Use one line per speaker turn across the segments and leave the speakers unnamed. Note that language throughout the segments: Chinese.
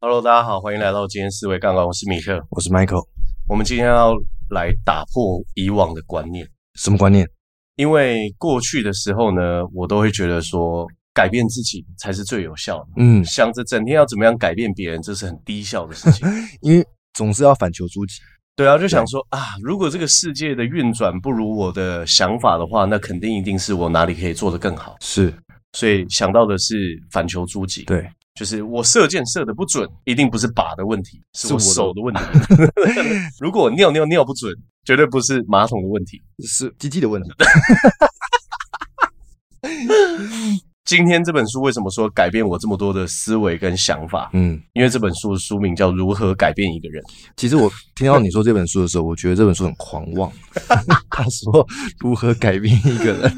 Hello，大家好，欢迎来到今天四维杠杆，我是米克。
我是 Michael。
我们今天要来打破以往的观念，
什么观念？
因为过去的时候呢，我都会觉得说改变自己才是最有效的，
嗯，
想着整天要怎么样改变别人，这是很低效的事情。
因为总是要反求诸己。
对啊，就想说啊，如果这个世界的运转不如我的想法的话，那肯定一定是我哪里可以做得更好。
是，
所以想到的是反求诸己，
对，
就是我射箭射的不准，一定不是靶的问题，是
是
我
我的
手的问题。 如果我尿尿尿不准，绝对不是马桶的问题。
是鸡鸡的问题。
今天这本书为什么说改变我这么多的思维跟想法？
嗯，
因为这本书的书名叫《如何改变一个人》。
其实我听到你说这本书的时候，我觉得这本书很狂妄。他说如何改变一个人，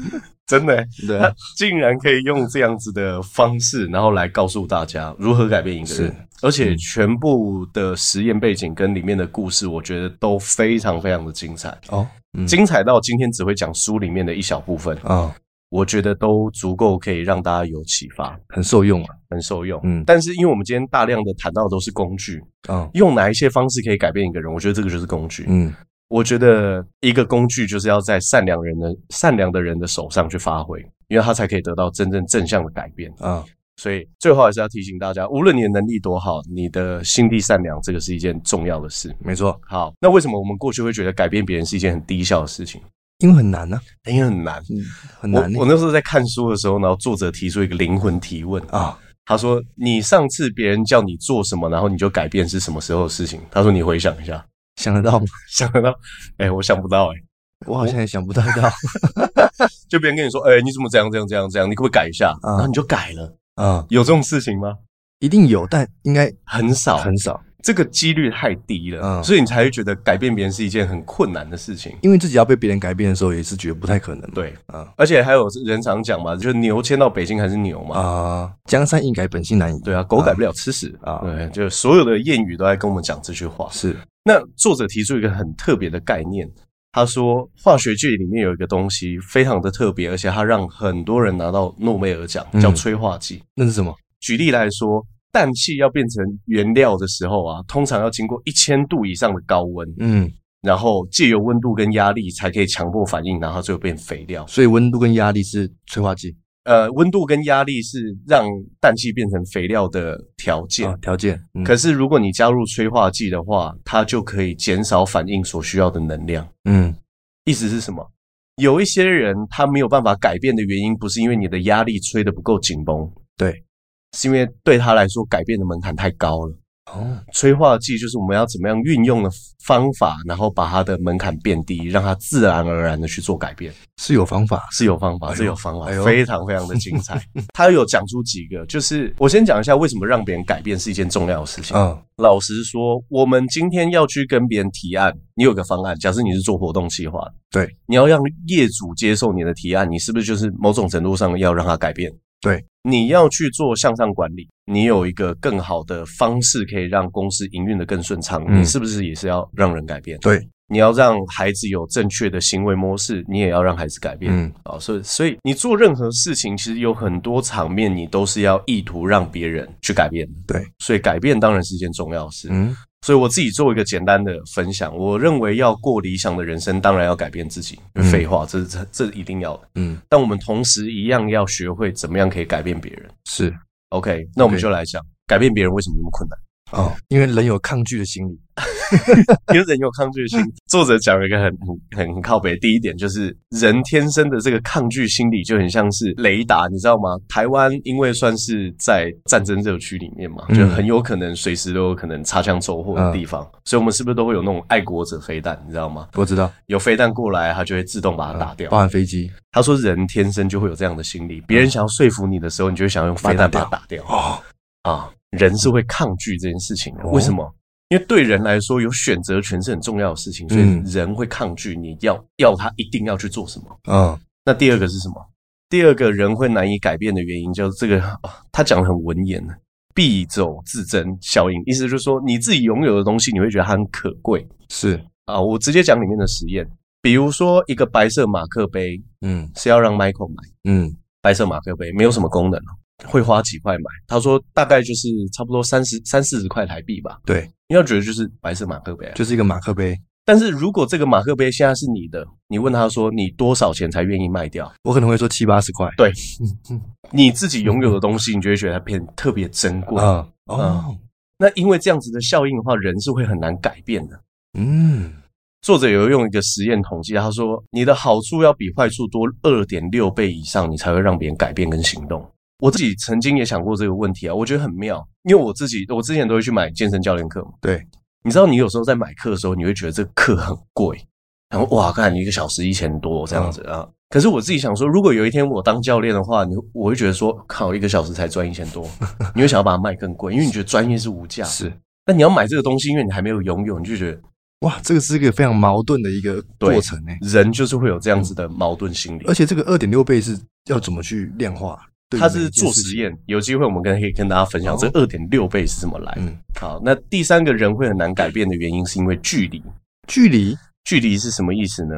真的欸，
对啊
他竟然可以用这样子的方式，然后来告诉大家如何改变一个人
是，嗯
而且全部的实验背景跟里面的故事，我觉得都非常非常的精彩，
哦，嗯
精彩到今天只会讲书里面的一小部分，
啊，
我觉得都足够可以让大家有启发，
很受用啊，
很受用。嗯
嗯，
但是因为我们今天大量的谈到的都是工具，
啊，
用哪一些方式可以改变一个人，我觉得这个就是工具。
嗯，
我觉得一个工具就是要在善良人的善良的人的手上去发挥，因为他才可以得到真正正向的改变。
啊，
所以最后还是要提醒大家，无论你的能力多好，你的心地善良，这个是一件重要的事。
没错，
好，那为什么我们过去会觉得改变别人是一件很低效的事情？
因为很难呢，
因为很难。
嗯，很
我
难呢
我那时候在看书的时候，然后作者提出一个灵魂提问，
啊，
他说：“你上次别人叫你做什么，然后你就改变是什么时候的事情？”他说：“你回想一下。
想得到吗？”
想得到，哎、我想不到、哎。
我好像也想不太到
就别人跟你说，哎、你怎么这样这样这样这样，你可不可以改一下？
啊
然后你就改了，
啊，
有这种事情吗？
一定有，但应该
很少，
很少，
这个几率太低了，
嗯
所以你才会觉得改变别人是一件很困难的事情。
因为自己要被别人改变的时候，也是觉得不太可能。
对，
啊
而且还有人常讲嘛，就是牛迁到北京还是牛嘛。
啊，江山易改，本性难移。
对啊，狗改不了吃屎啊
啊！
对，就所有的谚语都在跟我们讲这句话。
是，
那作者提出一个很特别的概念，他说化学界里面有一个东西非常的特别，而且它让很多人拿到诺贝尔奖，
嗯
叫催化剂。
那是什么？
举例来说，氮气要变成原料的时候啊，通常要经过一千度以上的高温，
嗯，
然后借由温度跟压力才可以强迫反应，然后它最后变肥料。
所以温度跟压力是催化剂
呃，温度跟压力是让氮气变成肥料的条件。
啊条件。嗯
可是，如果你加入催化剂的话，它就可以减少反应所需要的能量。
嗯
意思是什么？有一些人他没有办法改变的原因，不是因为你的压力吹得不够紧绷，
对，
是因为对他来说改变的门槛太高了。
哦
催化剂就是我们要怎么样运用的方法，然后把它的门槛变低，让它自然而然的去做改变，
是有方法
是有方法，
哎呦
是有方法，
哎呦
非常非常的精彩。 他有讲出几个，就是我先讲一下为什么让别人改变是一件重要的事情。
啊
老实说，我们今天要去跟别人提案，你有个方案，假设你是做活动计划的，
对，
你要让业主接受你的提案，你是不是就是某种程度上要让他改变？
对，
你要去做向上管理，你有一个更好的方式可以让公司营运的更顺畅，
嗯
你是不是也是要让人改变？
对，
你要让孩子有正确的行为模式，你也要让孩子改变。
嗯
啊，所以所以你做任何事情，其实有很多场面，你都是要意图让别人去改变的。
对，
所以改变当然是一件重要的事。
嗯
所以我自己做一个简单的分享，我认为要过理想的人生，当然要改变自己。
嗯
废话，这这这一定要的。
嗯
但我们同时一样要学会怎么样可以改变别人。
是
OK，那我们
OK
就来讲改变别人为什么那么困难。
哦，因为人有抗拒的心理。
因为人有抗拒心，作者讲了一个很很很很靠北。第一点就是人天生的这个抗拒心理就很像是雷达，你知道吗？台湾因为算是在战争热区里面嘛，
嗯
就很有可能随时都有可能擦枪走火的
嗯
地方，所以我们是不是都会有那种爱国者飞弹？你知道吗？
我知道，
有飞弹过来，它就会自动把它打掉。
包含飞机
他说人天生就会有这样的心理，别人想要说服你的时候，你就会想要用飞弹把
把
它
它
打掉。
哦，
啊，人是会抗拒这件事情的。
哦
为什么？因为对人来说，有选择权是很重要的事情，所以
嗯
人会抗拒你要要他一定要去做什么。
嗯
那第二个是什么？第二个人会难以改变的原因，就是这个啊，他讲的很文言呢，敝帚自珍效应，意思就是说你自己拥有的东西，你会觉得它很可贵
是
啊。我直接讲里面的实验，比如说一个白色马克杯
嗯
是要让 Michael 买，
嗯
白色马克杯没有什么功能哦，会花几块买？他说大概就是差不多三十三四十块台币吧。
对，
你要觉得就是白色马克杯啊、
就是一个马克杯。
但是如果这个马克杯现在是你的，你问他说你多少钱才愿意卖掉？
我可能会说七八十块。
你自己拥有的东西，你就会觉得它变特别珍贵。
啊、哦，
那因为这样子的效应的话，人是会很难改变的。
嗯，
作者有用一个实验统计，他说你的好处要比坏处多二点六倍以上，你才会让别人改变跟行动。我自己曾经也想过这个问题啊，我觉得很妙，因为我自己我之前都会去买健身教练课嘛。
对，
你知道你有时候在买课的时候，你会觉得这个课很贵，然后哇，看一个小时一千多这样子
嗯
啊。可是我自己想说，如果有一天我当教练的话，你我会觉得说，靠，一个小时才赚一千 多，你会想要把它卖更贵，因为你觉得专业是无价的。
是
那你要买这个东西，因为你还没有拥有，你就觉得
哇，这个是一个非常矛盾的一个
对
过程呢。
人就是会有这样子的矛盾心理
嗯而。且这个二点六倍是要怎么去量化？对于
他
每
是
一件
做
事情
实，验，有机会我们跟可以跟大家分享
哦
这二点六倍是怎么来的。
嗯，
好，那第三个人会很难改变的原因是因为距离。
距离
距离是什么意思呢？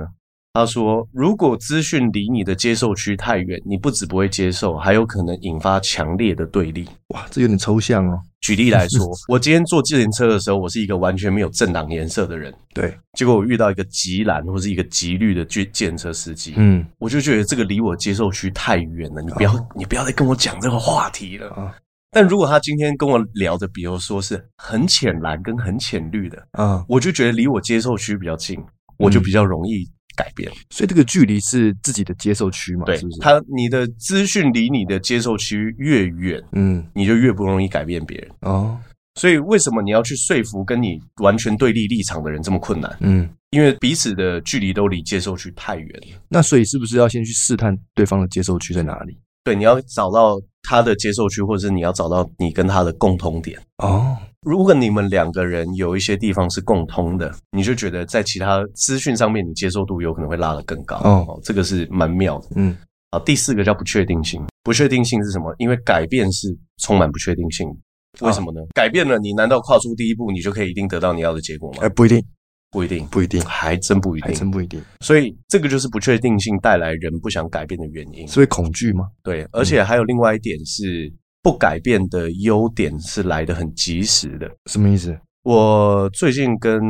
他说，如果资讯离你的接受区太远，你不只不会接受，还有可能引发强烈的对立。
哇，这有点抽象哦。
举例来 说，我今天坐自行车的时候，我是一个完全没有政党颜色的人，
对，
结果我遇到一个极蓝或是一个极绿的计计程车司机，
嗯
我就觉得这个离我接受区太远了，你不要、
哦
你不要再跟我讲这个话题了。
啊
但如果他今天跟我聊的，比如说是很浅蓝跟很浅绿的，
啊，
我就觉得离我接受区比较近，我就比较容易改变。
所以这个距离是自己的接受区嘛？
对
是不是？
他，你的资讯离你的接受区越远，
嗯
你就越不容易改变别人。
哦
所以为什么你要去说服跟你完全对立立场的人这么困难？
嗯，
因为彼此的距离都离接受区太远了。
那所以是不是要先去试探对方的接受区在哪里？
对，你要找到他的接受区，或者是你要找到你跟他的共通点。
哦，
如果你们两个人有一些地方是共通的，你就觉得在其他资讯上面，你接受度有可能会拉得更高。
哦
哦，这个是蛮妙的。
嗯
啊，第四个叫不确定性。不确定性是什么？因为改变是充满不确定性
啊
的。为什么呢？改变了，你难道跨出第一步，你就可以一定得到你要的结果吗？
哎，不一定，
不一定，
不一定，
还真不一
还
定。
真不一定，
所以这个就是不确定性带来人不想改变的原因。
是会恐惧吗？
对，而且还有另外一点是，不改变的优点是来得很及时的。
什么意思？
我最近跟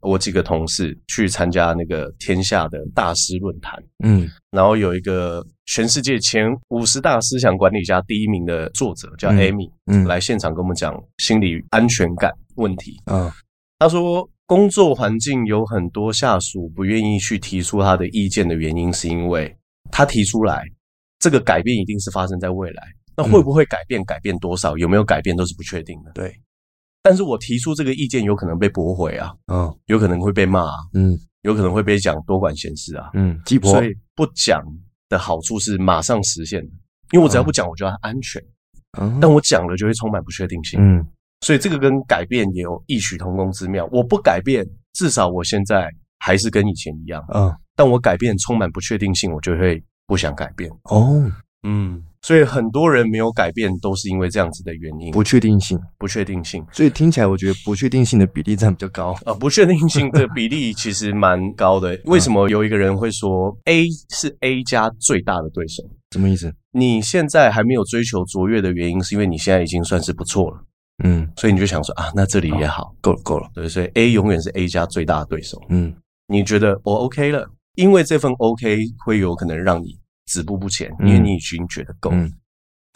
我几个同事去参加那个天下的大师论坛。
嗯
然后有一个全世界前五十大思想管理家第一名的作者叫
嗯
Amy，、
嗯，
来现场跟我们讲心理安全感问题。
啊，
他说，工作环境有很多下属不愿意去提出他的意见的原因，是因为他提出来，这个改变一定是发生在未来。那会不会改变？改变多少？有没有改变都是不确定的。
嗯对，
但是我提出这个意见，有可能被驳回啊，
啊，
有可能会被骂、啊，
嗯
有可能会被讲多管闲事啊。
嗯，鸡婆
所以不讲的好处是马上实现的，因为我只要
嗯
不讲，我就要安全；
啊
但我讲了，就会充满不确定性。
嗯
所以这个跟改变也有异曲同工之妙。我不改变，至少我现在还是跟以前一样；
啊
但我改变，充满不确定性，我就会不想改变。
哦，
嗯，所以很多人没有改变，都是因为这样子的原因，
不确定性，
不确定性。
所以听起来我觉得不确定性的比例占比较高。
啊，不确定性的比例其实蛮高 的。
嗯
为什么有一个人会说 A 是 A 加最大的对手？
什么意思？
你现在还没有追求卓越的原因，是因为你现在已经算是不错了，
嗯，
所以你就想说啊，那这里也好，
够了够了。
对，所以 A 永远是 A 加最大的对手。
嗯
你觉得我 OK 了，因为这份 OK 会有可能让你止步不前，因
嗯
为你已经觉得够了。
嗯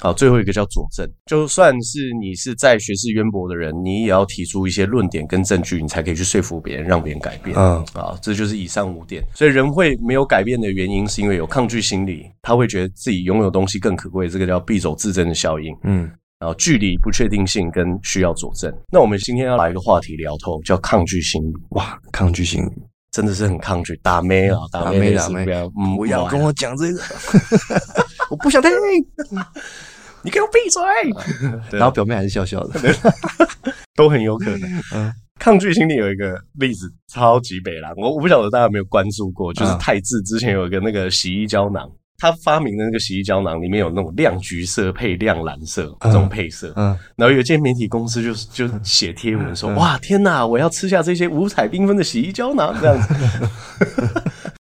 好，最后一个叫佐证，就算是你是在学识渊博的人，你也要提出一些论点跟证据，你才可以去说服别人，让别人改变。
啊
啊，这就是以上五点。所以人会没有改变的原因，是因为有抗拒心理，他会觉得自己拥有东西更可贵，这个叫敝帚自珍的效应。
嗯，
然后距离、不确定性跟需要佐证。那我们今天要来一个话题聊透，叫抗拒心理，
哇，抗拒心理，
真的是很抗拒，打妹啊，打妹也是不要，嗯
不要跟
玩
我讲这 个，我不想听。
你给我闭嘴，对啊
然后表妹还是笑笑的。
都很有可能。
嗯
抗拒心理有一个例子超级北蓝，我我不晓得大家有没有关注过，就是
嗯
泰智之前有一个那个洗衣胶囊，他发明的那个洗衣胶囊里面有那种亮橘色配亮蓝色这种配色，
嗯
然后有一间媒体公司就是就写贴文说，
嗯
哇天哪，我要吃下这些五彩缤纷的洗衣胶囊这样子。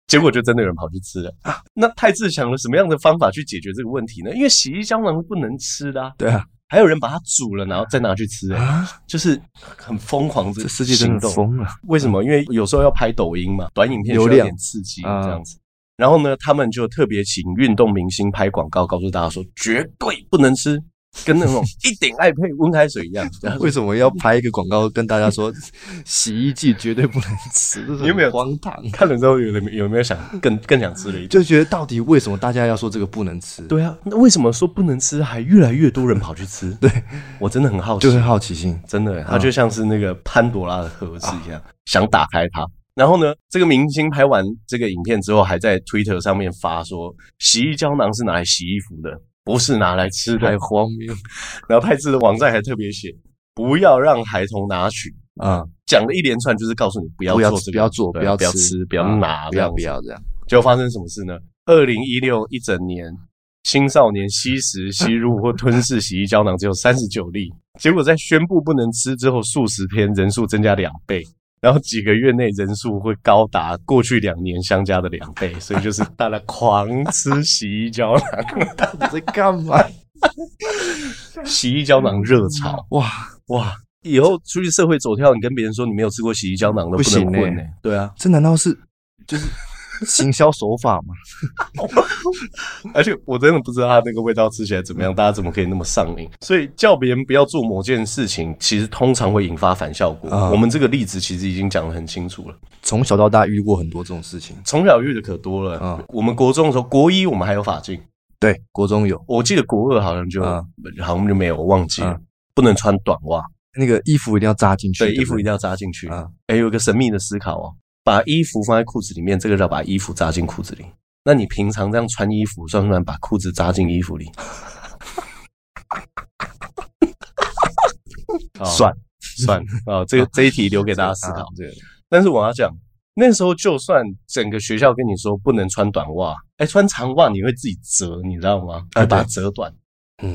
结果就真的有人跑去吃了啊。那太自强了，什么样的方法去解决这个问题呢？因为洗衣胶囊是不能吃的、啊，
对啊，
还有人把它煮了，然后再拿去吃、欸，
啊，
就是很疯狂这
这世界真
行
的
动。
疯了，
为什么？因为有时候要拍抖音嘛，短影片需要
流量
点刺激
啊
这样子。然后呢，他们就特别请运动明星拍广告，告诉大家说绝对不能吃，跟那 种一点爱配温开水一样。然后
为什么要拍一个广告跟大家说洗衣剂绝对不能吃？这是
你有没有
很荒唐？
看了之后有没有有没有想更更想吃了一顿？
就觉得到底为什么大家要说这个不能吃？
对啊，那为什么说不能吃，还越来越多人跑去吃？对我真的很好奇
就，是好奇心。
真的，
嗯
它就像是那个潘多拉的盒子一样，想打开它。然后呢，这个明星拍完这个影片之后，还在 Twitter 上面发说，洗衣胶囊是拿来洗衣服的，不是拿来吃的
太。荒谬
然后太子的网站还特别写，不要让孩童拿取，
啊！
讲了一连串就是告诉你不要
不要
做
吃
这个，
不要做，
对
不要
不要
吃，
不要
啊
拿，
不要不。要 这样。
结果发生什么事呢？二零一六一整年，青少年吸 食、吸入或吞噬洗衣胶囊只有三十九例，结果在宣布不能吃之后数十天，人数增加两倍。然后几个月内人数会高达过去两年相加的两倍，所以就是大家狂吃洗衣胶囊，
你在干嘛？
洗衣胶囊热潮
哇，
哇！以后出去社会走跳，你跟别人说你没有吃过洗衣胶囊的，能
不行
混
欸
呢、对啊，
这难道是就是行销手法吗？
而且我真的不知道它那个味道吃起来怎么样，大家怎么可以那么上瘾？所以叫别人不要做某件事情，其实通常会引发反效果。
啊
我们这个例子其实已经讲得很清楚了，
从小到大遇过很多这种事情。
从小遇的可多了。
啊
我们国中的时候，国一我们还有法禁，
对，国中有
我记得国二好像就、
啊
好像就没有，我忘记了。
啊
不能穿短袜，
那个衣服一定要扎进去，
对，衣服
不
一定要扎进去。哎、
啊
有一个神秘的思考哦，把衣服放在裤子里面，这个叫把衣服扎进裤子里。那你平常这样穿衣服，算不算把裤子扎进衣服 里？好
算
算啊、这个这一题留给大家思考。
啊对，
但是我要讲，那时候就算整个学校跟你说不能穿短袜，哎、穿长袜你会自己折，你知道吗？
啊
会把它
对
折短。
嗯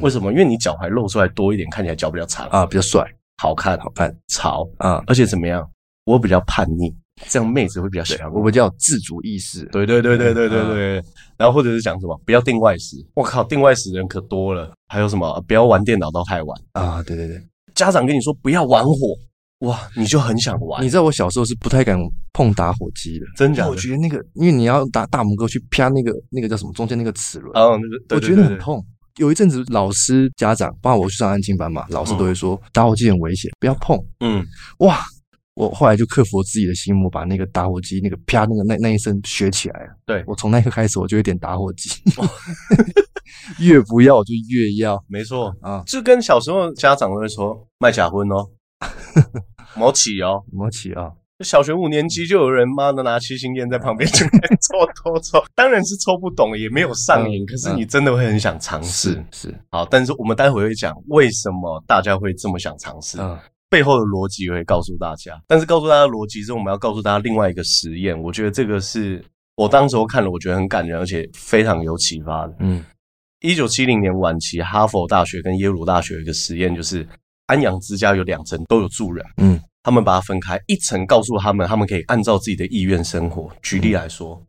为什么？因为你脚踝露出来多一点，看起来脚比较长，
啊，比较帅，
好看、
好看
潮，
啊。
而且怎么样？我比较叛逆，这样妹子会比较喜欢
啊我
我。嗯
们叫自主意识，
嗯对对对对对对对。然后或者是讲什么，不要订外食。我靠，订外食人可多了。还有什么，不要玩电脑到太晚。
啊，对对对。
家长跟你说不要玩火，哇，你就很想玩
你。知道我小时候是不太敢碰打火机的，
真
因为
假的
我觉得那个，因为你要打大拇哥去啪那个那个叫什么中间那个齿轮，
哦，那个对对
我觉得
对
很
对
痛。有一阵子，老师、家长，包括我去上安静班嘛，老师都会说、打火机很危险，不要碰。
嗯，
哇，我后来就克服我自己的心魔，把那个打火机那个啪那个那那一声学起来了。
对
我从那一刻开始，我就会点打火机， 越不要我就越要
没错，
啊，
就跟小时候家长都会说卖假婚 哦，毛起哦。
怎么起啊？
小学五年级就有人妈的拿七星烟在旁 边就在抽抽抽，当然是抽不懂，也没有上瘾，
嗯
可是你真的会很想尝试。
是
好，但是我们待会会讲为什么大家会这么想尝试，
啊，
背后的逻辑也会告诉大家。但是告诉大家的逻辑是，我们要告诉大家另外一个实验，我觉得这个是我当时候看了，我觉得很感人，而且非常有启发的。
嗯
一九七零年晚期，哈佛大学跟耶鲁大学有一个实验，就是安养之家有两层都有住人，
嗯
他们把它分开，一层告诉他们，他们可以按照自己的意愿生活。举例来说，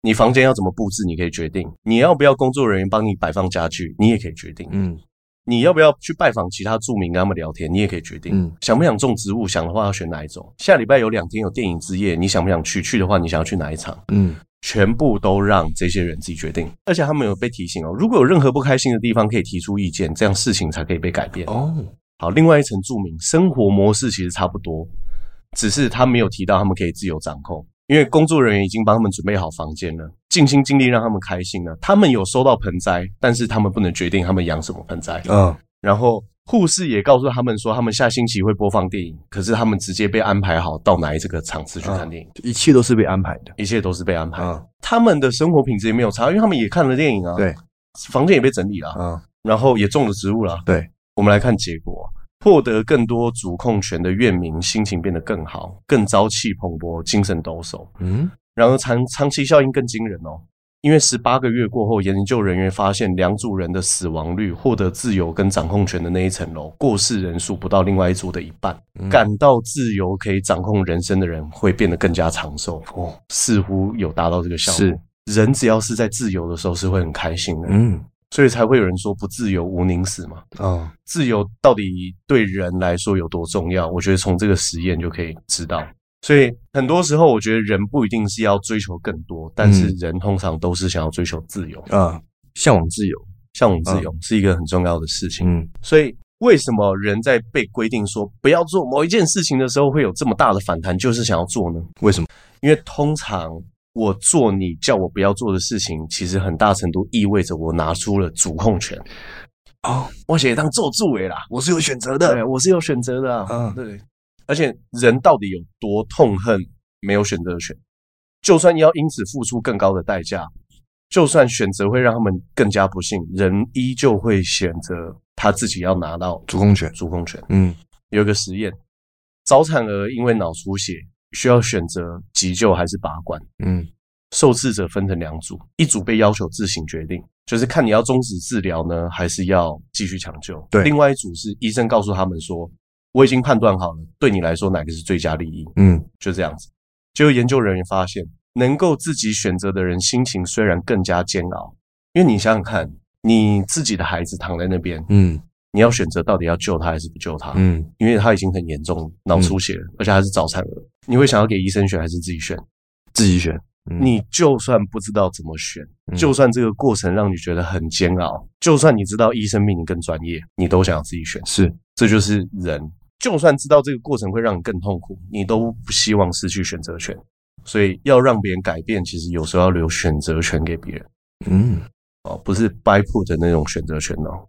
你房间要怎么布置，你可以决定；你要不要工作人员帮你摆放家具，你也可以决定；
嗯
你要不要去拜访其他住民跟他们聊天，你也可以决定。
嗯
想不想种植物，想的话要选哪一种？下礼拜有两天有电影之夜，你想不想去？去的话，你想要去哪一场？
嗯，
全部都让这些人自己决定，而且他们有被提醒哦，如果有任何不开心的地方，可以提出意见，这样事情才可以被改变。
哦，
好，另外一层注明，生活模式其实差不多，只是他没有提到他们可以自由掌控，因为工作人员已经帮他们准备好房间了，尽心尽力让他们开心了。他们有收到盆栽，但是他们不能决定他们养什么盆栽。
嗯
然后护士也告诉他们说，他们下星期会播放电影，可是他们直接被安排好到哪一这个场次去看电影，
一切都是被安排的
一切都是被安排。
啊
他们的生活品质也没有差，因为他们也看了电影啊，
对，
房间也被整理了啊、
啊，
然后也种了植物了啊。
对，
我们来看结果啊，获得更多主控权的乐民心情变得更好，更朝气蓬勃，精神抖擞。
嗯
然而长长期效应更惊人哦，因为十八个月过后，研究人员发现两组人的死亡率获得自由跟掌控权的那一层楼，过世人数不到另外一组的一半。
嗯
感到自由可以掌控人生的人，会变得更加长寿。哦，似乎有达到这个效果。
是
人只要是在自由的时候，是会很开心的。
嗯
所以才会有人说不自由无宁死嘛。
哦，
自由到底对人来说有多重要？我觉得从这个实验就可以知道。所以很多时候，我觉得人不一定是要追求更多，但是人通常都是想要追求自由，
啊，向往自由，
向往自由是一个很重要的事情。
嗯
所以为什么人在被规定说不要做某一件事情的时候会有这么大的反弹，就是想要做呢？
为什么？
因为通常我做你叫我不要做的事情，其实很大程度意味着我拿出了主控权。
哦，
我写当做主诶啦，
我是有选择
对，，我是有选择的、啊。
嗯
对。而且人到底有多痛恨没有选择权？就算要因此付出更高的代价，就算选择会让他们更加不幸，人依旧会选择他自己要拿到
主控权，
主控权。
嗯
有一个实验，早产儿因为脑出血需要选择急救还是拔管，
嗯
受试者分成两组，一组被要求自行决定，就是看你要终止治疗呢，还是要继续抢救。
对
另外一组是医生告诉他们说，我已经判断好了，对你来说哪个是最佳利益，
嗯，
就这样子。结果研究人员发现，能够自己选择的人心情虽然更加煎熬，因为你想想看，你自己的孩子躺在那边，
嗯
你要选择到底要救他还是不救他，
嗯，
因为他已经很严重脑出血了，而且还是早产儿，你会想要给医生选还是自己选？
自己选，嗯
你就算不知道怎么选，
嗯
就算这个过程让你觉得很煎熬，就算你知道医生比你更专业，你都想要自己选。
是
这就是人，就算知道这个过程会让你更痛苦，你都不希望失去选择权。所以要让别人改变，其实有时候要留选择权给别人
嗯，
哦，不是 buy put 的那种选择权哦，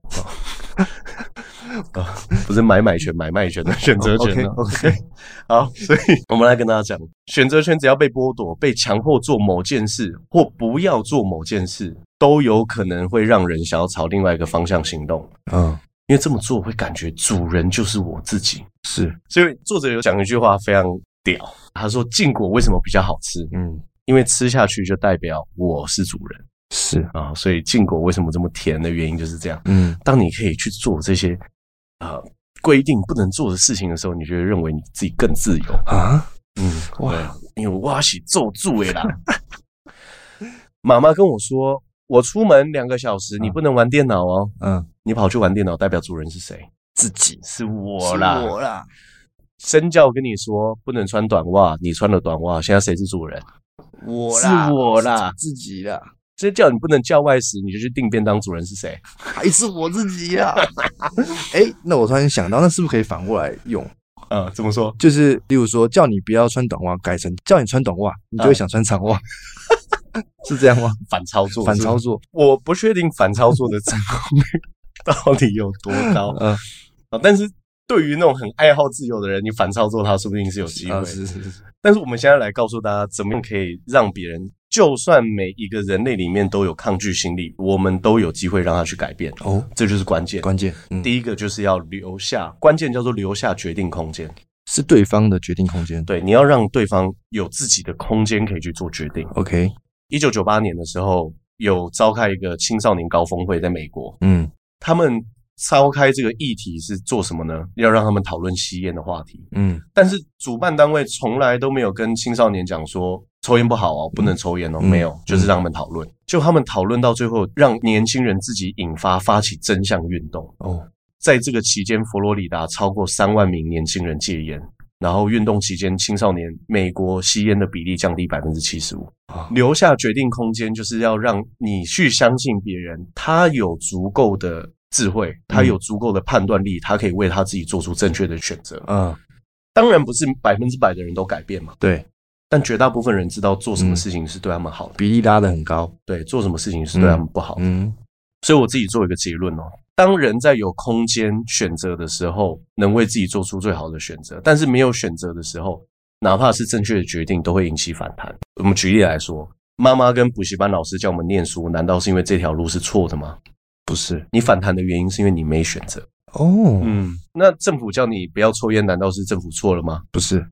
哦不是买买权、买卖权的选择权、哦。
OK，
好，所以我们来跟大家讲，选择权只要被剥夺、被强迫做某件事或不要做某件事，都有可能会让人想要朝另外一个方向行动，
嗯
因为这么做会感觉主人就是我自己。
是，
所以作者有讲一句话非常屌，他说禁果为什么比较好吃？
嗯
因为吃下去就代表我是主人
是，
啊，所以禁果为什么这么甜的原因就是这样。
嗯
当你可以去做这些呃规定不能做的事情的时候，你就会认为你自己更自由。
啊，
嗯，
哇
哇，因为我是做主的啦。 妈妈跟我说，我出门两个小时，你不能玩电脑哦。
嗯，
你跑去玩电脑，代表主人是谁？
自己
是我啦。
我啦，
身教跟你说不能穿短袜，你穿了短袜，现在谁是主人？
我
是我啦
自己啦，
这叫你不能叫外食，你就去订便当，主人是谁？
还啊是我自己 呀。哎，那我突然想到，那是不是可以反过来用？
呃，怎么说？
就是例如说，叫你不要穿短袜，改成叫你穿短袜，你就会想穿长袜， 是这样吗？
反操作，
反操
作。
作，
我不确定反操作的成 功率到底有多高
嗯
啊，但是对于那种很爱好自由的人，你反操作他，说不定是有机会
啊，。是是是，
但是我们现在来告诉大家，怎么样可以让别人，就算每一个人类里面都有抗拒心理，我们都有机会让他去改变，
哦，
这就是关键。
关键，嗯，
第一个就是要留下，关键叫做留下决定空间。
是对方的决定空间，
对，你要让对方有自己的空间可以去做决定。
，OK，
一九九八年的时候，有召开一个青少年高峰会，在美国，
嗯
他们召开这个议题是做什么呢？要让他们讨论吸烟的话题。
嗯
但是主办单位从来都没有跟青少年讲说抽烟不好哦，不能抽烟哦，
嗯
没有，就是让他们讨论。就他们讨论到最后，让年轻人自己引发发起真相运动。
哦，
在这个期间，佛罗里达超过三万名年轻人戒烟，然后运动期间，青少年美国吸烟的比例降低百分之七十五。
啊
留下决定空间，就是要让你去相信别人，他有足够的智慧，他有足够的判断力，他可以为他自己做出正确的选择。
嗯，
当然不是百分之百的人都改变嘛，
对，
但绝大部分人知道做什么事情是对他们好的，
比例拉得很高，
对，做什么事情是对他们不好的。
嗯
所以我自己做一个结论哦，当人在有空间选择的时候，能为自己做出最好的选择，但是没有选择的时候，哪怕是正确的决定，都会引起反弹。我们举例来说。妈妈跟补习班老师叫我们念书，难道是因为这条路是错的吗？
不是，
你反弹的原因是因为你没选择。
哦，
嗯，那政府叫你不要抽烟，难道是政府错了吗？
不是，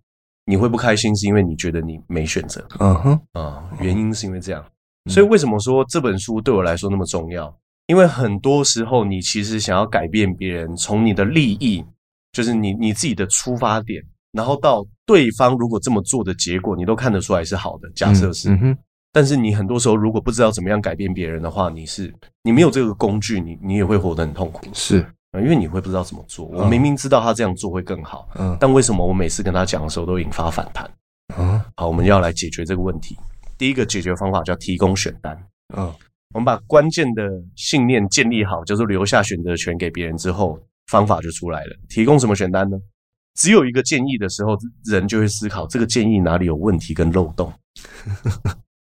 你会不开心是因为你觉得你没选择。
嗯哼，
啊，原因是因为这样。
嗯
所以为什么说这本书对我来说那么重要？因为很多时候你其实想要改变别人，从你的利益，就是你你自己的出发点，然后到对方如果这么做的结果，你都看得出来是好的。假设是，
嗯哼，
但是你很多时候如果不知道怎么样改变别人的话，你是你没有这个工具，你你也会活得很痛苦，
是，
呃因为你会不知道怎么做。我
嗯
明明知道他这样做会更好，
嗯
但为什么我每次跟他讲的时候都引发反弹？
啊，
好，我们要来解决这个问题。第一个解决方法叫提供选单。
嗯
我们把关键的信念建立好，就是留下选择权给别人之后，方法就出来了。提供什么选单呢？只有一个建议的时候，人就会思考这个建议哪里有问题跟漏洞，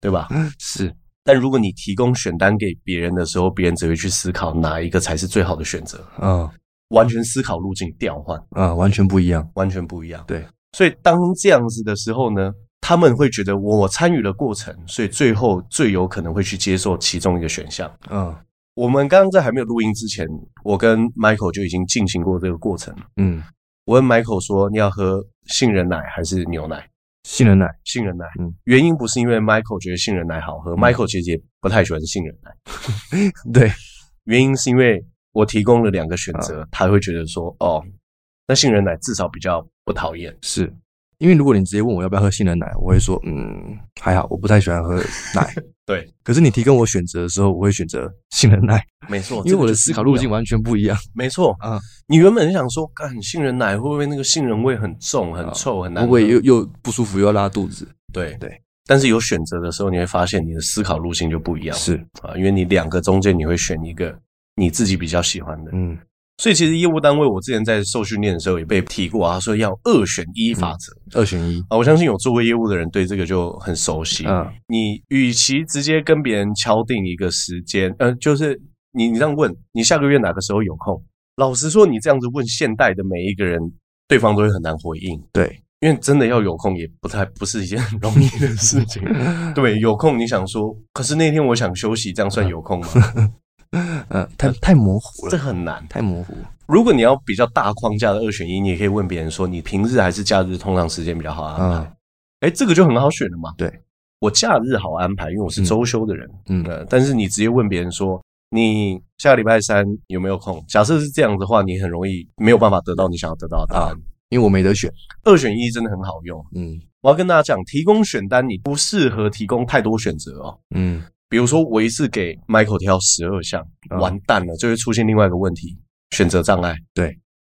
对吧？
是，
但如果你提供选单给别人的时候，别人只会去思考哪一个才是最好的选择，
嗯
完全思考路径调换，
啊，完全不一样，
完全不一样。
对，
所以当这样子的时候呢，他们会觉得我参与了过程，所以最后最有可能会去接受其中一个选项。
嗯
我们刚刚在还没有录音之前，我跟 Michael 就已经进行过这个过程了。
嗯，
我问 Michael 说：“你要喝杏仁奶还是牛奶
杏仁奶，？”
杏仁奶，
嗯
原因不是因为 Michael 觉得杏仁奶好喝、m i c h a e l 其实也不太喜欢杏仁奶，
对，
原因是因为我提供了两个选择，
啊
他会觉得说：“哦，那杏仁奶至少比较不讨厌。。
是因为如果你直接问我要不要喝杏仁奶，我会说嗯还好，我不太喜欢喝 奶
对，
可是你提供我选择的时候，我会选择杏仁奶，”
没错，
因为我的思考路径
完
完全哦不一样。
没错。
嗯
你原本想说，干杏仁奶会不会那个杏仁味很重、很臭、很难
不
喝？
啊会又又不舒服，又要拉肚子。
对
对。
但是有选择的时候，你会发现你的思考路径就不一样。
是，
啊，因为你两个中间你会选一个你自己比较喜欢的。
嗯嗯，
所以其实业务单位我之前在受训练的时候也被提过啊，说要二选一法则、
二选一。
啊。我相信有做过业务的人对这个就很熟悉。
嗯
你与其直接跟别人敲定一个时间，呃，就是你你这样问你下个月哪个时候有空，老实说，你这样子问现代的每一个人，对方都会很难回应。
对，
因为真的要有空也不太不是一件很容易的事情。对，有空你想说，可是那天我想休息，这样算有空吗？
嗯，太太模糊
这
了，
很难。
太模糊。
如果你要比较大框架的二选一，你也可以问别人说，你平日还是假日通常时间比较好安排？
嗯
哎、这个就很好选了嘛。
对，
我假日好安排，因为我是周休的人。
嗯
呃，但是你直接问别人说。你下个礼拜三有没有空？假设是这样的话，你很容易没有办法得到你想要得到的答案。
啊，因为我没得选。
二选一真的很好用。
嗯
我要跟大家讲，提供选单你不适合提供太多选择哦。
嗯
比如说，我一次给 Michael 挑十二项，
嗯
完蛋了，就会出现另外一个问题——选择障碍。
对，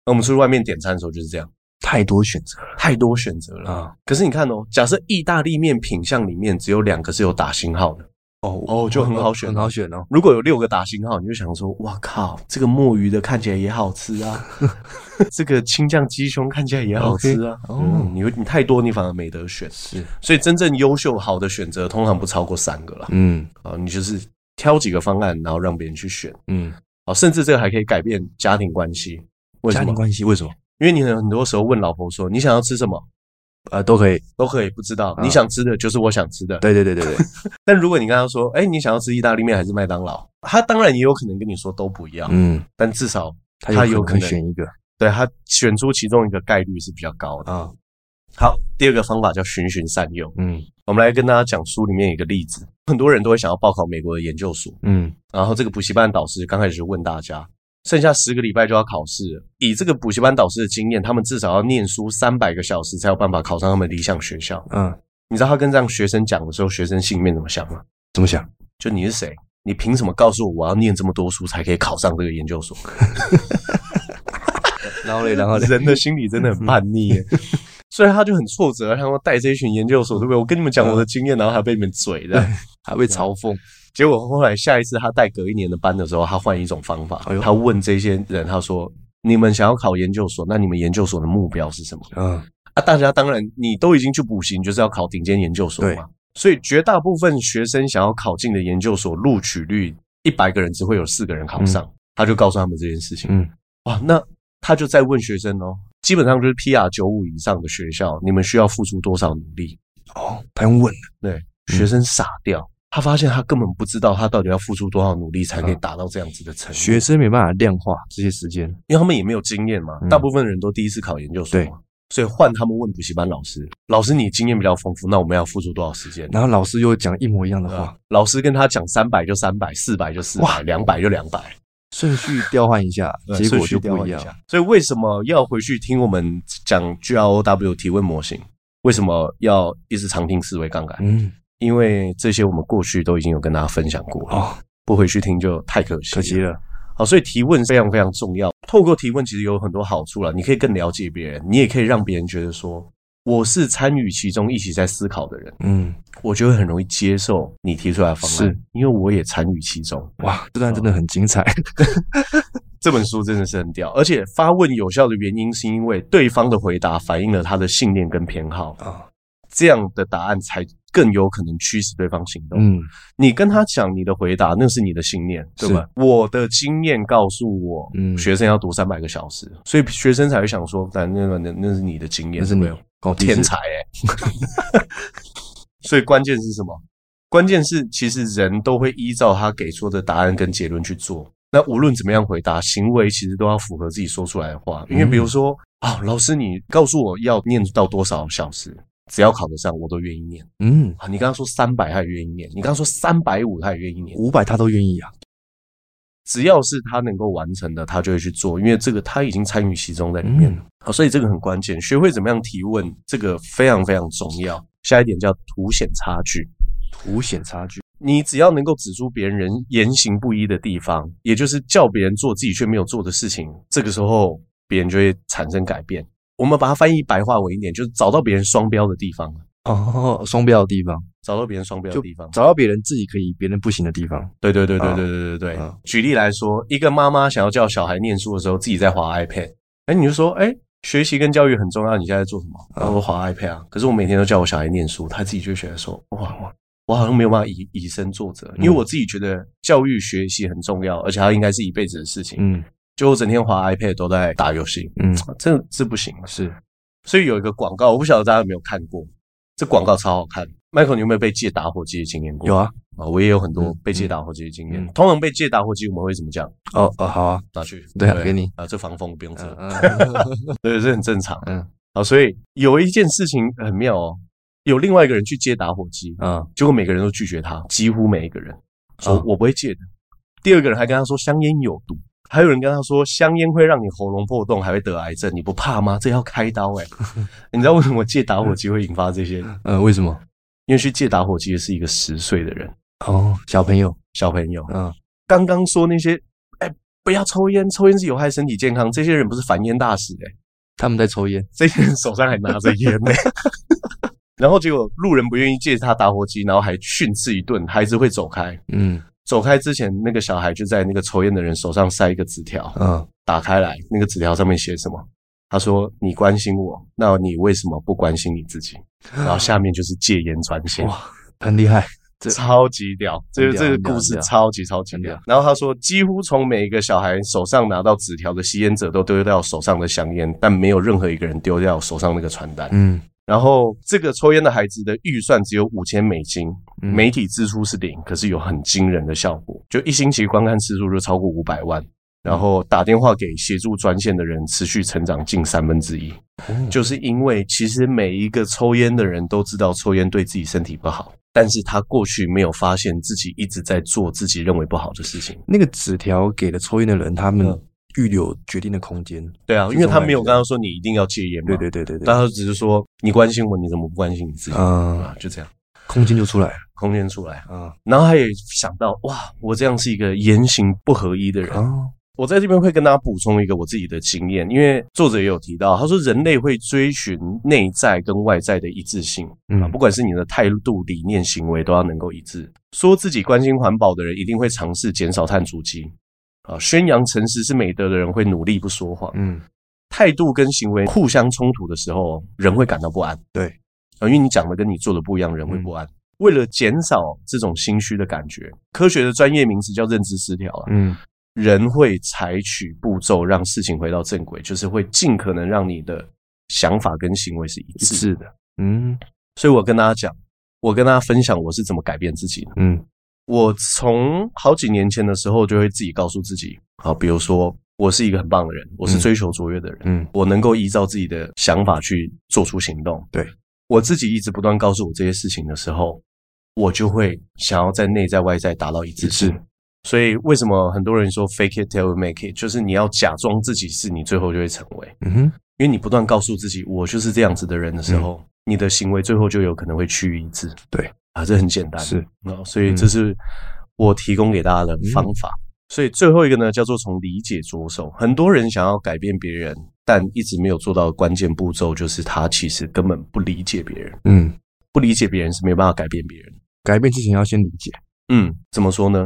那我们出去外面点餐的时候就是这样，
太多选择了
太多选择了。
啊！
可是你看哦，假设意大利面品相里面只有两个是有打星号的，
哦
哦就很好选
很好选哦。
如果有六个打星号，你就想说：哇靠，这个墨鱼的看起来也好吃 啊，这个青酱鸡胸看起来也好吃啊。
OK，哦
嗯，你会你太多，你反而没得选。
是，
所以真正优秀好的选择，通常不超过三个啦。
嗯
啊，你就是挑几个方案，然后让别人去选。
嗯，
啊，甚至这个还可以改变家庭关系。为什
家
么
庭？关系为什么？
因为你很多时候问老婆说你想要吃什么
呃，都可以。
都可以，不知道
啊
你想吃的就是我想吃的。
对对对对 对，
但如果你跟她说，哎，你想要吃意大利面还是麦当劳，她当然也有可能跟你说都不一样，
嗯，
但至少
他
有
有
可
可
能
能选一个
对她选出其中一个概率是比较高的。
啊，
好，第二个方法叫循循善诱。
嗯
我们来跟大家讲书里面有一个例子，很多人都会想要报考美国的研究所，
嗯
然后这个补习班导师刚开始就问大家，剩下十个礼拜就要考试了，以这个补习班导师的经验，他们至少要念书三百个小时才有办法考上他们理想学校。
嗯，
你知道他跟这样学生讲的时候，学生心里面怎么想吗？
怎么想？
就你是谁？你凭什么告诉我我要念这么多书才可以考上这个研究所？
然后嘞， 然后嘞，
啊人的心理真的很叛逆 耶，所以他就很挫折，他说带这一群研究所，对不对？我跟你们讲我的经验，然后还被你们嘴的。
还被嘲讽，
结果后来下一次他带隔一年的班的时候，他换一种方法，
哎呦
他问这些人，他说：“你们想要考研究所，那你们研究所的目标是什么
嗯，？”
啊，大家当然你都已经去补习，你就是要考顶尖研究所
对
嘛。所以绝大部分学生想要考进的研究所录取率，一百个人只会有四个人考上。他就告诉他们这件事情。
嗯，
哇，哦那他就在问学生哦，基本上就是 PR 九五以上的学校，你们需要付出多少努力？
哦，他用问的，
学生傻掉，他发现他根本不知道他到底要付出多少努力才可以达到这样子的成绩，
学生没办法量化这些时间，
因为他们也没有经验嘛，
嗯
大部分人都第一次考研究所嘛，所以换他们问补习班老师，老师你经验比较丰富，那我们要付出多少时间？
然后老师又讲一模一样的话，
老师跟他讲三百就三百，四百就四百，两百就两百，
顺序调换一下，
对
结
顺
果
序
就
调
不
换
一
一
样。
下。所以为什么要回去听我们讲 G R O W 提问模型？为什么要一直常听思维杠杆？
嗯，
因为这些我们过去都已经有跟大家分享过了，
哦，
不回去听就太可惜
可惜了。
好，所以提问非常非常重要。透过提问，其实有很多好处了，你可以更了解别人，你也可以让别人觉得说我是参与其中一起在思考的人，
嗯，
我就会很容易接受你提出来的方案
是，
因为我也参与其中。
哇，这段真的很精彩。
这本书真的是很屌，而且发问有效的原因是因为对方的回答反映了他的信念跟偏好，
啊，
这样的答案才更有可能驱使对方行动。
嗯，
你跟他讲你的回答，那是你的信念，对吧？我的经验告诉我，
嗯
学生要读三百个小时，所以学生才会想说，那那个那那是你的经验，
那是你
对不对
搞
天才哎、 所以关键是什么？关键是其实人都会依照他给出的答案跟结论去做。那无论怎么样回答，行为其实都要符合自己说出来的话。因为比如说啊、老师你告诉我要念到多少小时，只要考得上，我都愿意念。
嗯，
啊，你刚刚说三百，他也愿意念；你刚刚说三百五，他也愿意念。
五百他都愿意啊。
只要是他能够完成的，他就会去做，因为这个他已经参与其中
嗯
在里面了。好，哦所以这个很关键，学会怎么样提问，这个非常非常重要。下一点叫凸显差距，
凸显差距。
你只要能够指出别人言行不一的地方，也就是叫别人做自己却没有做的事情，这个时候别人就会产生改变。我们把它翻译白话文一点，就是找到别人双标的地方，
哦，双标的地方，
找到别人双标的
就
地方。
找到别人自己可以，别人不行的地方。
对对对对
啊
对对对对。
啊
举例来说，一个妈妈想要叫小孩念书的时候，自己在滑 iPad，哎，你就说，哎，学习跟教育很重要，你现在在做什么？然后我滑 iPad 啊，可是我每天都叫我小孩念书，他自己就会觉得说，哇，我我好像没有办法以以身作则，因为
嗯
我自己觉得教育学习很重要，而且它应该是一辈子的事情。
嗯
就我整天滑 iPad 都在打游戏，啊
嗯，
这这不行。
是
所以有一个广告，我不晓得大家有没有看过，这广告超好看。Michael，你有没有被借打火机的经验过？
有啊。
啊，我也有很多
嗯
被借打火机的经验。
嗯
通常被借打火机，我们会怎么讲？
哦哦，好啊。
拿去，
对啊给你
啊，这防风不用遮，
嗯嗯
对，这很正常
嗯
啊。所以有一件事情很妙哦，有另外一个人去借打火机，
嗯，
结果每个人都拒绝他，几乎每一个人说
啊
我不会借的。第二个人还跟他说香烟有毒，还有人跟他说香烟会让你喉咙破洞，还会得癌症，你不怕吗？这要开刀哎、 你知道为什么借打火机会引发这些？
呃，为什么？
因为去借打火机的是一个十岁的人
哦，小朋友，
小朋友，
嗯，
刚刚说那些，哎、不要抽烟，抽烟是有害身体健康。这些人不是反烟大使哎、
他们在抽烟，
这些人手上还拿着烟呢、 然后结果路人不愿意借他打火机，然后还训斥一顿，孩子会走开。
嗯
走开之前，那个小孩就在那个抽烟的人手上塞一个纸条，
嗯，
打开来，那个纸条上面写什么？他说：“你关心我，那你为什么不关心你自己？”然后下面就是戒烟专线。
哇，很厉害，这
超级屌，这个
很屌
这个
很屌
故事
很屌
超级超级
很
屌
屌。
然后他说，几乎从每一个小孩手上拿到纸条的吸烟者都丢掉手上的香烟，但没有任何一个人丢掉手上那个传单。
嗯，
然后这个抽烟的孩子的预算只有五千美金，
嗯
媒体支出是零，可是有很惊人的效果，就一星期观看次数就超过五百万。然后打电话给协助专线的人持续成长近三分之一，
哦
就是因为其实每一个抽烟的人都知道抽烟对自己身体不好，但是他过去没有发现自己一直在做自己认为不好的事情。
那个纸条给了抽烟的人，他们
嗯
预留决定的空间。
对啊，因为他没有跟他说你一定要戒烟嘛，
对对对对对，
但他只是说你关心我，你怎么不关心你自己
啊，
啊？就这样，
空间就出来了
空间出来，
啊
然后他也想到哇，我这样是一个言行不合一的人，
啊，
我在这边会跟大家补充一个我自己的经验，因为作者也有提到，他说人类会追寻内在跟外在的一致性，
嗯
啊，不管是你的态度、理念、行为，都要能够一致。说自己关心环保的人，一定会尝试减少碳足迹，啊，宣扬诚实是美德的人，会努力不说谎。
嗯
态度跟行为互相冲突的时候，人会感到不安。
对嗯
啊，因为你讲的跟你做的不一样，人会不安。为了减少这种心虚的感觉，科学的专业名词叫认知失调啊。
嗯
人会采取步骤让事情回到正轨，就是会尽可能让你的想法跟行为是一致。
是的，嗯
所以我跟大家讲，我跟大家分享我是怎么改变自己的。
嗯
我从好几年前的时候就会自己告诉自己，好，比如说我是一个很棒的人，我是追求卓越的人，
嗯
我能够依照自己的想法去做出行动。
对
我自己一直不断告诉我这些事情的时候，我就会想要在内在外在达到一致性
一致。
所以为什么很多人说 fake it till you make it，就是你要假装自己是你，最后就会成为。
嗯哼，
因为你不断告诉自己我就是这样子的人的时候，你的行为最后就有可能会趋于一致。
嗯对
啊，这很简单。
是嗯
哦，所以这是我提供给大家的方法。所以最后一个呢，叫做从理解着手。很多人想要改变别人，但一直没有做到的关键步骤，就是他其实根本不理解别人，
嗯，
不理解别人是没有办法改变别人。
改变之前要先理解，
嗯，怎么说呢？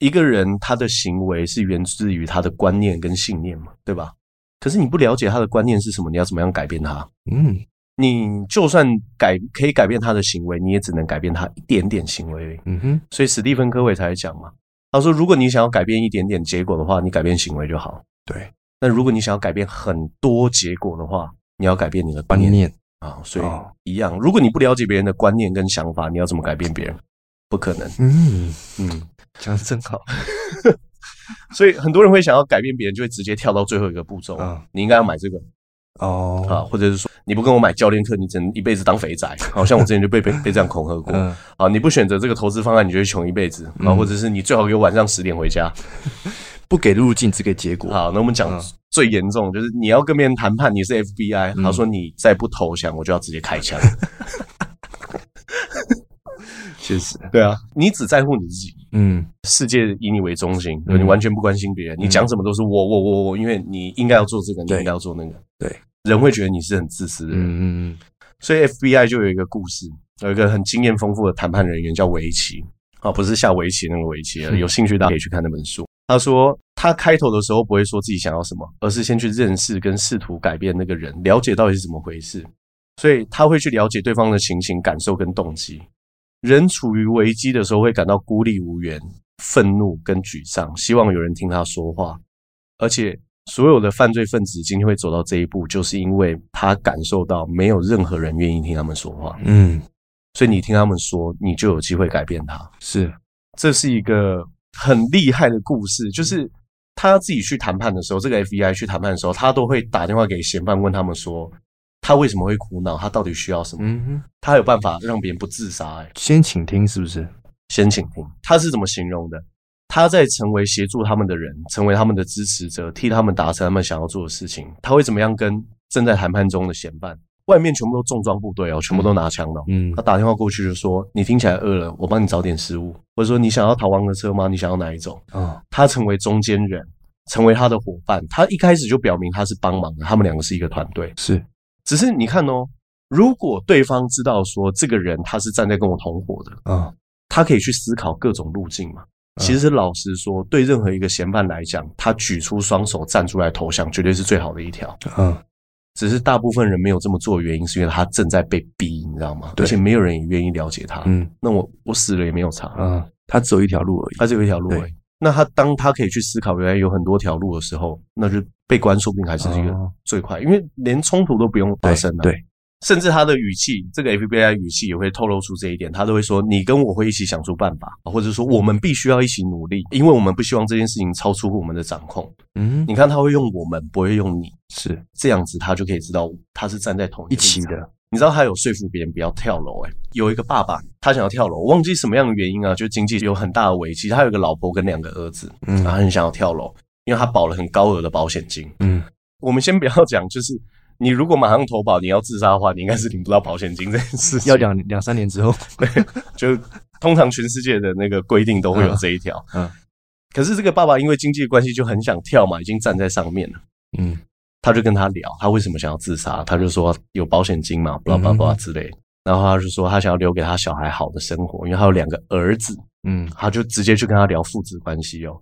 一个人他的行为是源自于他的观念跟信念嘛，对吧？可是你不了解他的观念是什么，你要怎么样改变他？
嗯
你就算改可以改变他的行为，你也只能改变他一点点行为而已。
嗯哼，
所以史蒂芬科维才讲嘛，他说如果你想要改变一点点结果的话，你改变行为就好；
对，
那如果你想要改变很多结果的话，你要改变你的观
观
念
念
啊。所以
哦
一样，如果你不了解别人的观念跟想法，你要怎么改变别人？不可能。
嗯，
嗯，
讲的真好，
所以很多人会想要改变别人，就会直接跳到最后一个步骤。
嗯
你应该要买这个啊，
哦，
或者是说你不跟我买教练课，你只能一辈子当肥宅。好像我之前就被被被这样恐吓过。
嗯，
啊，你不选择这个投资方案，你就会穷一辈子啊，
嗯
或者是你最好给我晚上十点回家。
不给路径，只给结果，
好，那我们讲
嗯
最严重，就是你要跟别人谈判，你是 FBI，、
嗯
他说你再不投降，我就要直接开枪。
确实，
对啊，你只在乎你自己，
嗯，
世界以你为中心，
嗯
你完全不关心别人，你讲什么都是我我我我，因为你应该要做这个，你
对
应该要做那个，
对，
人会觉得你是很自私的人。
嗯嗯
所以 FBI 就有一个故事，有一个很经验丰富的谈判人员叫围棋啊，不是下围棋那个围棋，
嗯
有兴趣大家可以去看那本书。他说他开头的时候不会说自己想要什么，而是先去认识跟试图改变那个人，了解到底是怎么回事。所以他会去了解对方的情形、感受跟动机。人处于危机的时候会感到孤立无援、愤怒跟沮丧，希望有人听他说话。而且所有的犯罪分子今天会走到这一步，就是因为他感受到没有任何人愿意听他们说话，
嗯嗯，
所以你听他们说，你就有机会改变他。
是，
这是一个很厉害的故事，就是他自己去谈判的时候，这个 FBI 去谈判的时候，他都会打电话给嫌犯，问他们说他为什么会苦恼，他到底需要什么，
嗯哼，
他有办法让别人不自杀、欸。
先倾听是不是？
先请听，他是怎么形容的？他在成为协助他们的人，成为他们的支持者，替他们达成他们想要做的事情。他会怎么样跟正在谈判中的嫌犯？外面全部都重装部队哦，全部都拿枪的哦、
嗯
他打电话过去就说：“你听起来饿了，我帮你找点食物。”或者说：“你想要逃亡的车吗？你想要哪一种
哦，？”
他成为中间人，成为他的伙伴。他一开始就表明他是帮忙的，他们两个是一个团队。
是，
只是你看哦，如果对方知道说这个人他是站在跟我同伙的，
啊，
他可以去思考各种路径嘛。
嗯
其实老实说，对任何一个嫌犯来讲，他举出双手站出来投降，绝对是最好的一条。
啊，
只是大部分人没有这么做，的原因是因为他正在被逼，你知道吗？
对
而且没有人也愿意了解他。
嗯
那我我死了也没有差，
啊，他只有一条路而已，
他只有一条路、
对
欸。那他当他可以去思考原来有很多条路的时候，那就被关说不定还是一个
哦
最快，因为连冲突都不用发生了、啊
对，
甚至他的语气，这个 FBI 语气也会透露出这一点，他都会说：“你跟我会一起想出办法，或者说我们必须要一起努力，因为我们不希望这件事情超出我们的掌控。”
嗯，
你看，他会用我们，不会用你，
是
这样子他就可以知道他是站在同一
一
个立
起
场
的，
你知道他有说服别人不要跳楼、欸？有一个爸爸，他想要跳楼，忘记什么样的原因啊，就经济有很大的危机，他有一个老婆跟两个儿子，
嗯
然后他很想要跳楼，因为他保了很高额的保险金。
嗯，
我们先不要 讲，就是你如果马上投保，你要自杀的话，你应该是领不到保险金这件事情。
要两两三年之后，
就通常全世界的那个规定都会有这一条。
嗯嗯
可是这个爸爸因为经济关系就很想跳嘛，已经站在上面了。
嗯
他就跟他聊，他为什么想要自杀？他就说有保险金嘛，巴拉巴拉巴
嗯
拉之类的。然后他就说他想要留给他小孩好的生活，因为他有两个儿子。
嗯
他就直接去跟他聊父子关系哦。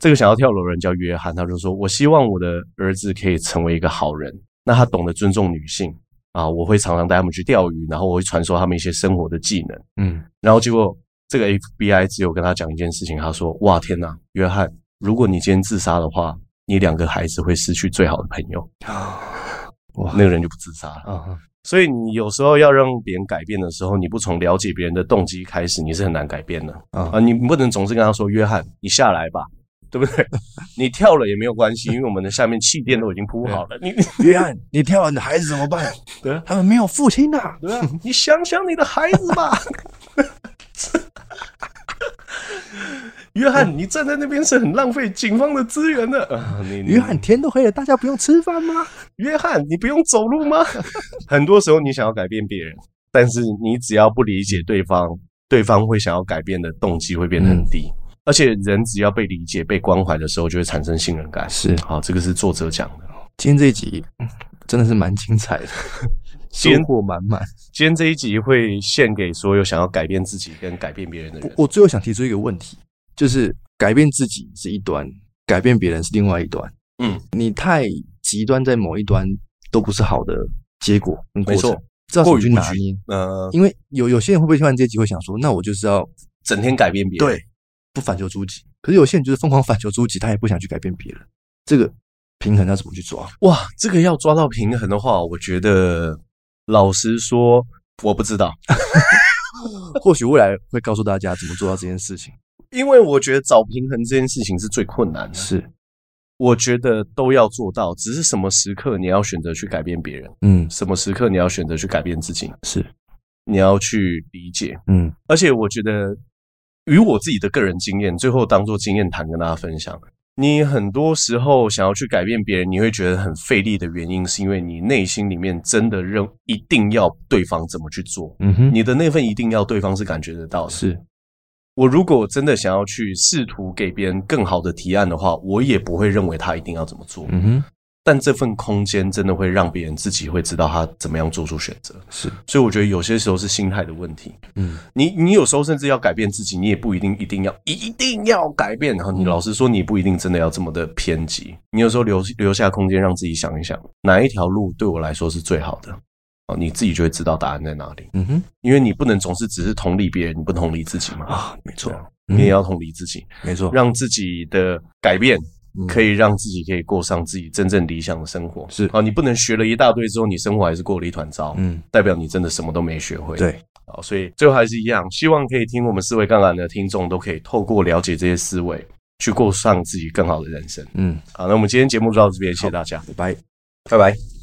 这个想要跳楼的人叫约翰，他就说：“我希望我的儿子可以成为一个好人，那他懂得尊重女性啊，我会常常带他们去钓鱼，然后我会传授他们一些生活的技能。
嗯”
然后结果这个 FBI 只有跟他讲一件事情，他说：“哇，天哪，约翰，如果你今天自杀的话，你两个孩子会失去最好的朋友。”
哇
那个人就不自杀了。
啊，
所以你有时候要让别人改变的时候，你不从了解别人的动机开始，你是很难改变的。
啊
啊，你不能总是跟他说：“约翰，你下来吧，对不对？ 你跳了也没有关系，因为我们的下面气垫都已经铺好了。你
约翰，你跳完你的孩子怎么办？
对啊
他们没有父亲呐、
对啊，你想想你的孩子吧。 约翰，你站在那边是很浪费警方的资源的。啊、你你
约翰，天都黑了，大家不用吃饭吗？
约翰，你不用走路吗？ 很多时候你想要改变别人，但是你只要不理解对方，对方会想要改变的动机会变得很低。而且人只要被理解、被关怀的时候，就会产生信任感。
是
好，这个是作者讲的。
今天这一集嗯真的是蛮精彩的，收
今天
获满满。
今天这一集会献给所有想要改变自己跟改变别人的人。
我最后想提出一个问题，就是改变自己是一端，改变别人是另外一端。
嗯，
你太极端在某一端都不是好的结果跟过
没
程
错，
知道怎
过
么
于
去
不
拿
拘
捏。
呃，
因为有有些人会不会听完这集会想说，那我就是要
整天改变别人，
对不反求诸己，可是有些人就是疯狂反求诸己，他也不想去改变别人，这个平衡要怎么去抓？
对，哇，这个要抓到平衡的话，我觉得老实说，我不知道，
或许未来会告诉大家怎么做到这件事情。
因为我觉得找平衡这件事情是最困难的。
是，
我觉得都要做到，只是什么时刻你要选择去改变别人，
嗯，
什么时刻你要选择去改变自己，
是，
你要去理解。
嗯，
而且我觉得，与我自己的个人经验，最后当做经验谈跟大家分享。你很多时候想要去改变别人，你会觉得很费力的原因，是因为你内心里面真的认一定要对方怎么去做，
嗯哼，
你的那份一定要对方是感觉得到的。
是，
我如果真的想要去试图给别人更好的提案的话，我也不会认为他一定要怎么做，
嗯哼，
但这份空间真的会让别人自己会知道他怎么样做出选择。
是，
所以我觉得有些时候是心态的问题。
嗯，
你你有时候甚至要改变自己，你也不一定一定要一定要改变。然后
嗯
你老实说，你也不一定真的要这么的偏激。你有时候留留下空间让自己想一想，哪一条路对我来说是最好的哦，你自己就会知道答案在哪里。
嗯哼，
因为你不能总是只是同理别人，你不同理自己嘛，
啊，没错，
你也要同理自己，
没错，
让自己的改变
嗯
可以让自己可以过上自己真正理想的生活。
是
啊，你不能学了一大堆之后，你生活还是过了一团糟。
嗯，
代表你真的什么都没学会。
对，
好，所以最后还是一样，希望可以听我们思维杠杆的听众都可以透过了解这些思维，去过上自己更好的人生。
嗯，
好，那我们今天节目就到这边，谢谢大家，
拜拜。
拜拜。